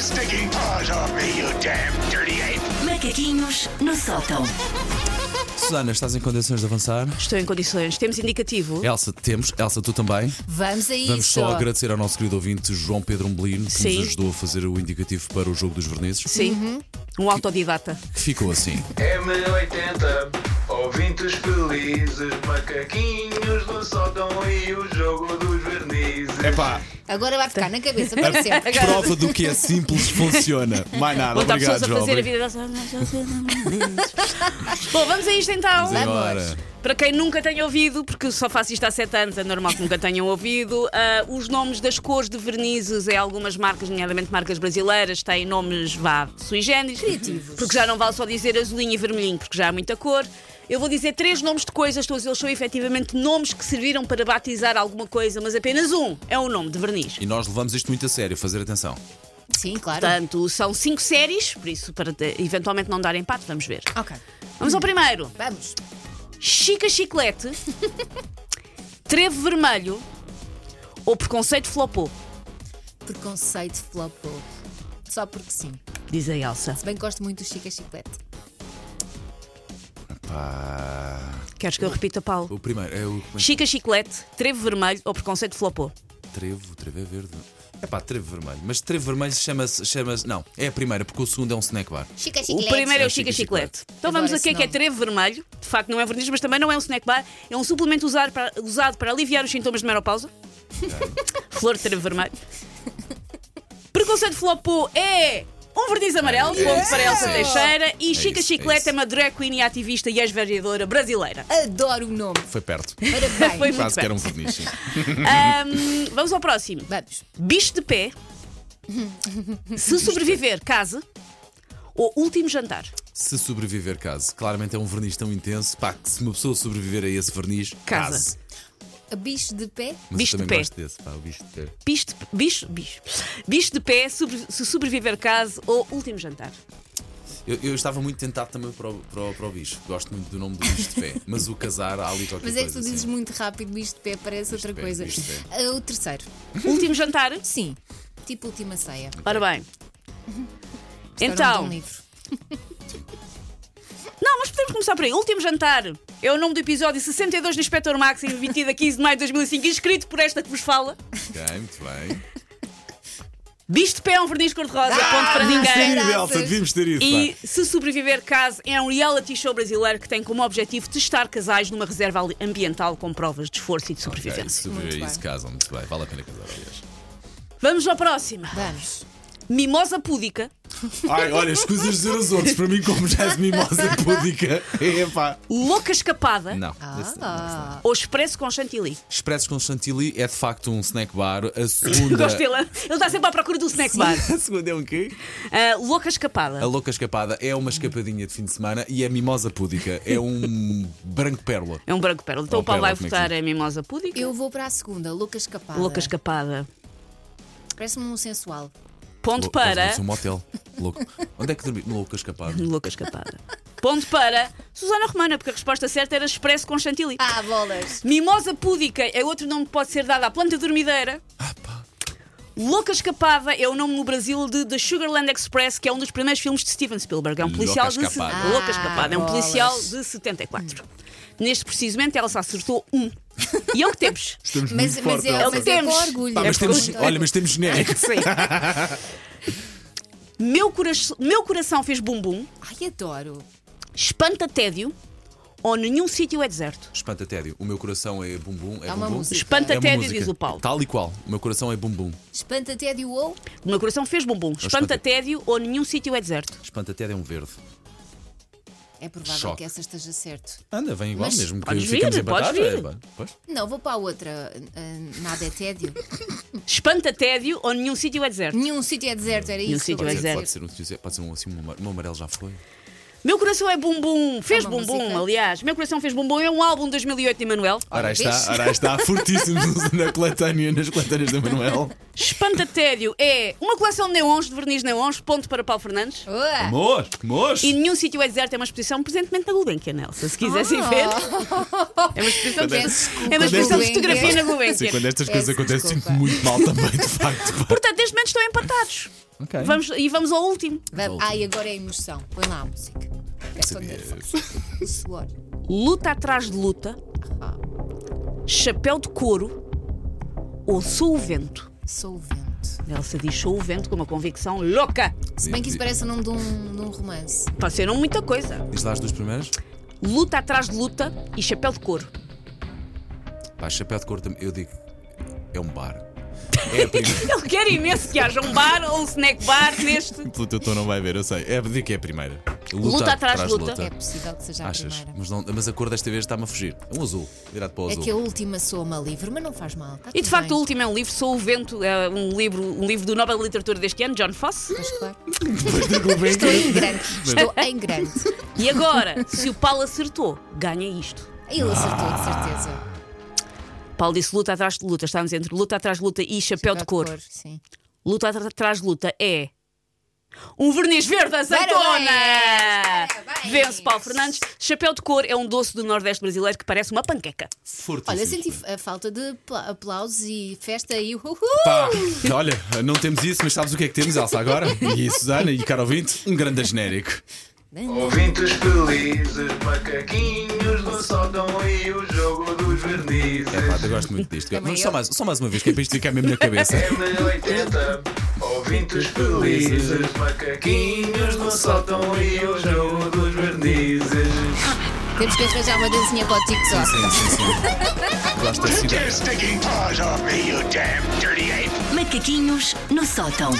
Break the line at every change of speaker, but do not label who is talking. stinking paws off me, you damn dirty ape!
Macaquinhos no sótão.
Susana, estás em condições de avançar?
Estou em condições. Temos indicativo?
Elsa, temos. Elsa, tu também.
Vamos a isso.
Vamos só agradecer ao nosso querido ouvinte João Pedro Umbelino, que
Sim.
nos ajudou a fazer o indicativo para o jogo dos vernizes,
Sim. Um autodidata.
que ficou assim.
M80, ouvintes felizes, macaquinhos do sótão e o jogo dos vernizes.
Epá,
Agora vai ficar na cabeça para sempre.
Prova do que é simples funciona.
mais nada,
Botar pessoas
obrigado,
a
João.
fazer a
Obrigado.
vida "Ah, da Bom, vamos a isto então.
Agora,
Para quem nunca tenha ouvido, porque só faço isto há 7 anos, é normal que nunca tenham ouvido, ah, os nomes das cores de vernizes em algumas marcas, nomeadamente marcas brasileiras, têm nomes vá sui generis. Criativos. Porque já não vale só dizer azulinho e vermelhinho, porque já há muita cor. Eu vou dizer três nomes de coisas, todos eles são efetivamente nomes que serviram para batizar alguma coisa, mas apenas um é o nome de verniz.
e nós levamos isto muito a sério, fazer atenção.
Sim, claro.
Portanto, são cinco séries, por isso, para eh, eventualmente não dar empate, vamos ver.
Ok.
Vamos ao primeiro:
Vamos.
Chica Chiclete, Trevo Vermelho ou Preconceito Flopou?
Preconceito flopou. Só porque sim.
Diz a Elsa.
Se bem que gosto muito do Chica Chiclete.
Pá.
Queres que eu repita, Paulo?
O primeiro é o. como é que-
Chica Chiclete, Trevo Vermelho ou Preconceito Flopou?
Trevo, trevo é verde. É pá, trevo vermelho. Mas trevo vermelho chama-se. Chama não, é a primeira, porque o segundo é um snack bar.
Chica
O
Chiclete.
primeiro é o
É Chica
Chica
Chiclete.
Chiclete. Então vamos
Adoro
a que é
esse
que é
nome.
trevo vermelho. De facto, não é verniz, mas também não é um snack bar. É um suplemento usar para- usado para aliviar os sintomas de menopausa. Flor de trevo vermelho. Preconceito flopou é um verniz amarelo, ponto para Elsa Teixeira. E Chica
isso, é
Chiclete
isso.
é, uma drag queen e ativista e ex-vereadora brasileira.
Adoro o nome.
Foi perto.
Parabéns.
Foi muito
Quase que
bem.
era um verniz. sim.
Ahm, vamos ao próximo.
Vamos.
Bicho de pé. Se sobreviver, case. Ou último jantar.
Se sobreviver, caso. Claramente é um verniz tão intenso. Pá, que se uma pessoa sobreviver a esse verniz,
Casa.
case.
A bicho de pé.
Mas
Bicho
eu
de
também
pé.
gosto desse, pá, o bicho de pé.
Bicho de, bicho, bicho. bicho de pé, sobre- se sobreviver caso ou último jantar.
Eu, eu estava muito tentado também para o, para, o, para o bicho. Gosto muito do nome do bicho de pé. Mas o casar há ali qualquer
Mas
coisa.
é que tu dizes
assim.
muito rápido, bicho de pé, parece
de
outra
pé,
coisa.
bicho de
Ah, O terceiro.
Último jantar?
Sim. Tipo última ceia.
Ora bem.
Era
Então,
Um livro.
não, mas podemos começar por aí. Último jantar é o nome do episódio 62 do Inspector Max, emitido a 15 de maio de 2005, escrito por esta que vos fala.
Ok, muito bem.
Bicho de pé é um verniz cor-de-rosa, ponto para ninguém.
Caraças.
Elsa, devíamos ter ido.
E se sobreviver caso é um reality show brasileiro que tem como objetivo testar casais numa reserva ali- ambiental com provas de esforço e de sobrevivência.
Sobreviver
Muito
a isso,
bem.
casam, muito bem. Vale a pena casar, aliás.
Vamos à próxima.
Vamos.
Mimosa púdica,
Ai, olha, escusas dizer os outros. Para mim, como já és mimosa púdica. é, Epá.
louca escapada.
Não. esse não, esse não.
Ah,
ou expresso com chantilly.
Expressos com chantilly é de facto um snack bar. A segunda.
Gosto dele. Ele está sempre à procura do snack bar.
a segunda é um quê?
Ah, louca escapada.
A louca escapada é uma escapadinha de fim de semana e a mimosa púdica é um branco pérola.
É um branco pérola. Então
Oh,
o Paulo
pérola,
vai
como é que
votar a mimosa pudica.
eu vou para a segunda. Lucas Capada.
Louca escapada.
Parece-me um sensual.
Ponto
Lou-
para.
Parece um motel. Louco. Onde é que dormi? Louca escapada.
Louca escapada. Ponto para Susana Romana, porque a resposta certa era expresso com chantilly.
Ah, bolas.
Mimosa púdica é outro nome que pode ser dado à planta dormideira.
Ah,
Louca Escapada é o nome no Brasil de The Sugarland Express, que é um dos primeiros filmes de Steven Spielberg. É um
Louca
policial de. se-
Escapada.
Louca Escapada. É um
Ah,
policial
bolas.
de 74. Neste precisamente ela só acertou um. E é o que temos.
Estamos
Mas,
muito
mas,
forte,
é,
Elsa.
mas é com
Temos.
orgulho.
Pá, mas
É com
temos,
orgulho.
olha, mas temos genérico.
Meu, cora- meu coração fez bumbum,
Ai, adoro.
espanta tédio ou nenhum sítio é deserto.
Espanta tédio. O meu coração é bumbum. É,
Há uma
bumbum.
música.
Espanta
É uma
tédio,
música.
diz o Paulo.
Tal e qual. O meu coração é bumbum.
Espanta tédio ou
O meu coração fez bumbum, espanta
espanta-
tédio ou nenhum sítio é deserto.
Espanta tédio é um verde.
é provável
Choque.
que essa esteja certo.
Anda, vem igual
Mas
mesmo.
podes
que ficamos
vir, podes
empatados,
vir.
é, pá. Pois.
Não, vou para a outra. Ah, Nada é tédio.
Espanta tédio ou nenhum sítio é deserto.
Nenhum sítio é deserto, era isso.
Nenhum
que
sítio
eu
é
ia
Pode,
dizer.
ser,
deserto.
pode ser um, pode ser um, assim, um amar- um amarelo já foi.
Meu coração é bumbum, fez
uma
bumbum,
música.
aliás. Meu coração fez bumbum é um álbum de 2008 de Manuel.
Ora aí
vês?
está, ora aí está. Fortíssimo na coletânea, nas coletâneas da Manuel.
Espanta tédio é uma coleção de neons, de verniz neons, ponto para Paulo Fernandes.
Ué,
Amor, moço!
E nenhum sítio é deserto é uma exposição presentemente na Gulbenkian, Nelson. Se quisessem
Oh.
ver. É uma exposição, de,
Então Peço desculpa,
é uma exposição de
Gulbenkian.
fotografia na
Sim,
Gulbenkian.
quando é- estas
Peço
coisas acontecem,
É desculpa.
sinto muito mal também, de facto. pá.
Portanto, neste momento estão empatados.
Ok.
Vamos, e vamos ao último.
Vamos. Ai, agora é emoção. Põe lá a música. É só nervoso. Suor.
Luta atrás de luta. Chapéu de couro. Ou sou o vento.
Sou o vento.
Elsa diz sou o vento com uma convicção louca.
Se bem que isso parece o nome de um, de um romance.
Passaram muita coisa.
Diz lá as duas primeiras.
Luta atrás de luta e chapéu de couro.
Pá, chapéu de couro também. Eu digo. É um bar. É a primeira.
Ele quer imenso que haja um bar ou um snack bar neste.
Pelo teu tom não vai ver, eu sei. É, digo que é a primeira.
Luta atrás de luta.
É possível que seja a
Tá. Achas?
primeira.
Mas, não- mas a cor desta vez está-me a fugir. É um azul. Virado para o
É
azul.
que a última soa-me a livro, mas não faz mal. Tá
E de
tudo
facto, o
bem.
último é um livro, Sou o Vento, é um livro, um livro do Nobel de Literatura deste ano, John Fosse.
Mas claro. Estou em grande. Estou em grande.
E agora, se o Paulo acertou, ganha isto.
Ele acertou, de certeza.
Ah. Paulo disse luta atrás de luta, estamos entre luta atrás de luta e chapéu, de couro.
Sim.
Luta atra- atrás de luta é. Um verniz verde azeitona!
Parabéns, parabéns.
Vence Paulo Fernandes. Chapéu de cor é um doce do Nordeste brasileiro que parece uma panqueca.
Fortíssimo.
Olha, senti a falta de apla- aplausos e festa e uhul.
Pá, Ah, olha, não temos isso, mas sabes o que é que temos, Elsa, agora? E Susana e caro ouvinte, um grande genérico.
Ouvintes felizes, macaquinhos no sótão e o jogo dos vernizes.
É pá, eu gosto muito disto.
Também
Mas só
eu.
mais, só mais uma vez, que é para isto ficar mesmo na cabeça.
M80, É ouvintes felizes, macaquinhos no sótão e o jogo dos vernizes.
Temos que arranjar uma dancinha para o TikTok.
Sim, sim, sim. Gosto assim.
Get your stinking paws off me, you damn dirty ape!
Macaquinhos no sótão.